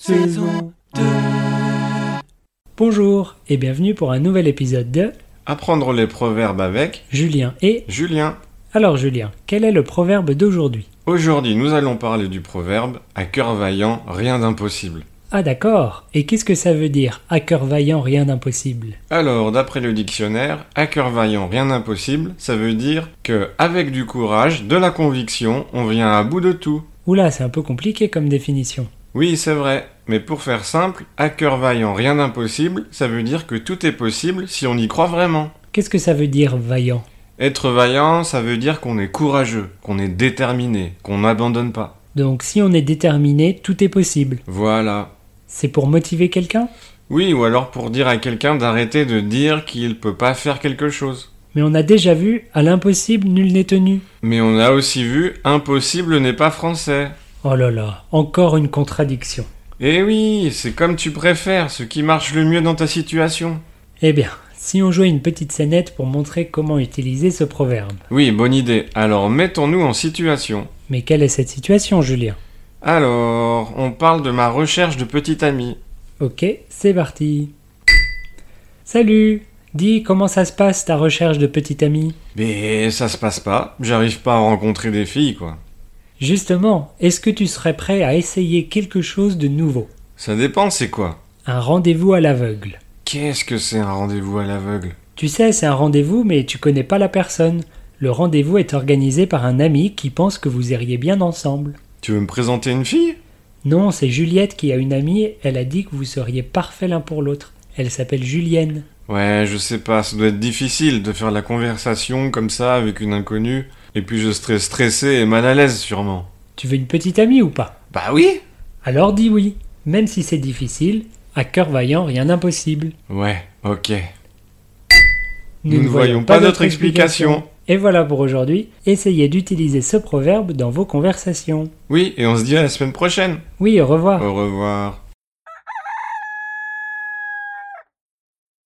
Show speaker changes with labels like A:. A: saison 2. Bonjour et bienvenue pour un nouvel épisode de
B: Apprendre les proverbes avec
A: Julien et...
B: Julien.
A: Alors Julien, quel est le proverbe d'aujourd'hui
B: Aujourd'hui, nous allons parler du proverbe à cœur vaillant, rien d'impossible.
A: Ah d'accord, et qu'est-ce que ça veut dire à cœur vaillant rien d'impossible
B: Alors, d'après le dictionnaire, à cœur vaillant, rien d'impossible, ça veut dire que avec du courage, de la conviction, on vient à bout de tout.
A: Oula, c'est un peu compliqué comme définition.
B: Oui, c'est vrai, mais pour faire simple, à cœur vaillant, rien d'impossible, ça veut dire que tout est possible si on y croit vraiment.
A: Qu'est-ce que ça veut dire vaillant
B: Être vaillant, ça veut dire qu'on est courageux, qu'on est déterminé, qu'on n'abandonne pas.
A: Donc si on est déterminé, tout est possible.
B: Voilà.
A: C'est pour motiver quelqu'un
B: Oui, ou alors pour dire à quelqu'un d'arrêter de dire qu'il peut pas faire quelque chose.
A: Mais on a déjà vu, à l'impossible, nul n'est tenu.
B: Mais on a aussi vu impossible n'est pas français.
A: Oh là là, encore une contradiction.
B: Eh oui, c'est comme tu préfères, ce qui marche le mieux dans ta situation.
A: Eh bien, si on jouait une petite scénette pour montrer comment utiliser ce proverbe.
B: Oui, bonne idée. Alors mettons-nous en situation.
A: Mais quelle est cette situation, Julien
B: Alors, on parle de ma recherche de petit ami.
A: Ok, c'est parti. Salut Dis, comment ça se passe ta recherche de petit ami
B: Mais ça se passe pas, j'arrive pas à rencontrer des filles quoi.
A: Justement, est-ce que tu serais prêt à essayer quelque chose de nouveau
B: Ça dépend, c'est quoi
A: Un rendez-vous à l'aveugle.
B: Qu'est-ce que c'est un rendez-vous à l'aveugle
A: Tu sais, c'est un rendez-vous, mais tu connais pas la personne. Le rendez-vous est organisé par un ami qui pense que vous iriez bien ensemble.
B: Tu veux me présenter une fille
A: Non, c'est Juliette qui a une amie, elle a dit que vous seriez parfaits l'un pour l'autre. Elle s'appelle Julienne.
B: Ouais, je sais pas, ça doit être difficile de faire la conversation comme ça avec une inconnue. Et puis je serais stressé et mal à l'aise sûrement.
A: Tu veux une petite amie ou pas
B: Bah oui
A: Alors dis oui, même si c'est difficile, à cœur vaillant, rien d'impossible.
B: Ouais, ok. Nous ne voyons pas d'autre explication.
A: Et voilà pour aujourd'hui, essayez d'utiliser ce proverbe dans vos conversations.
B: Oui, et on se dit à la semaine prochaine.
A: Oui, au revoir.
B: Au revoir.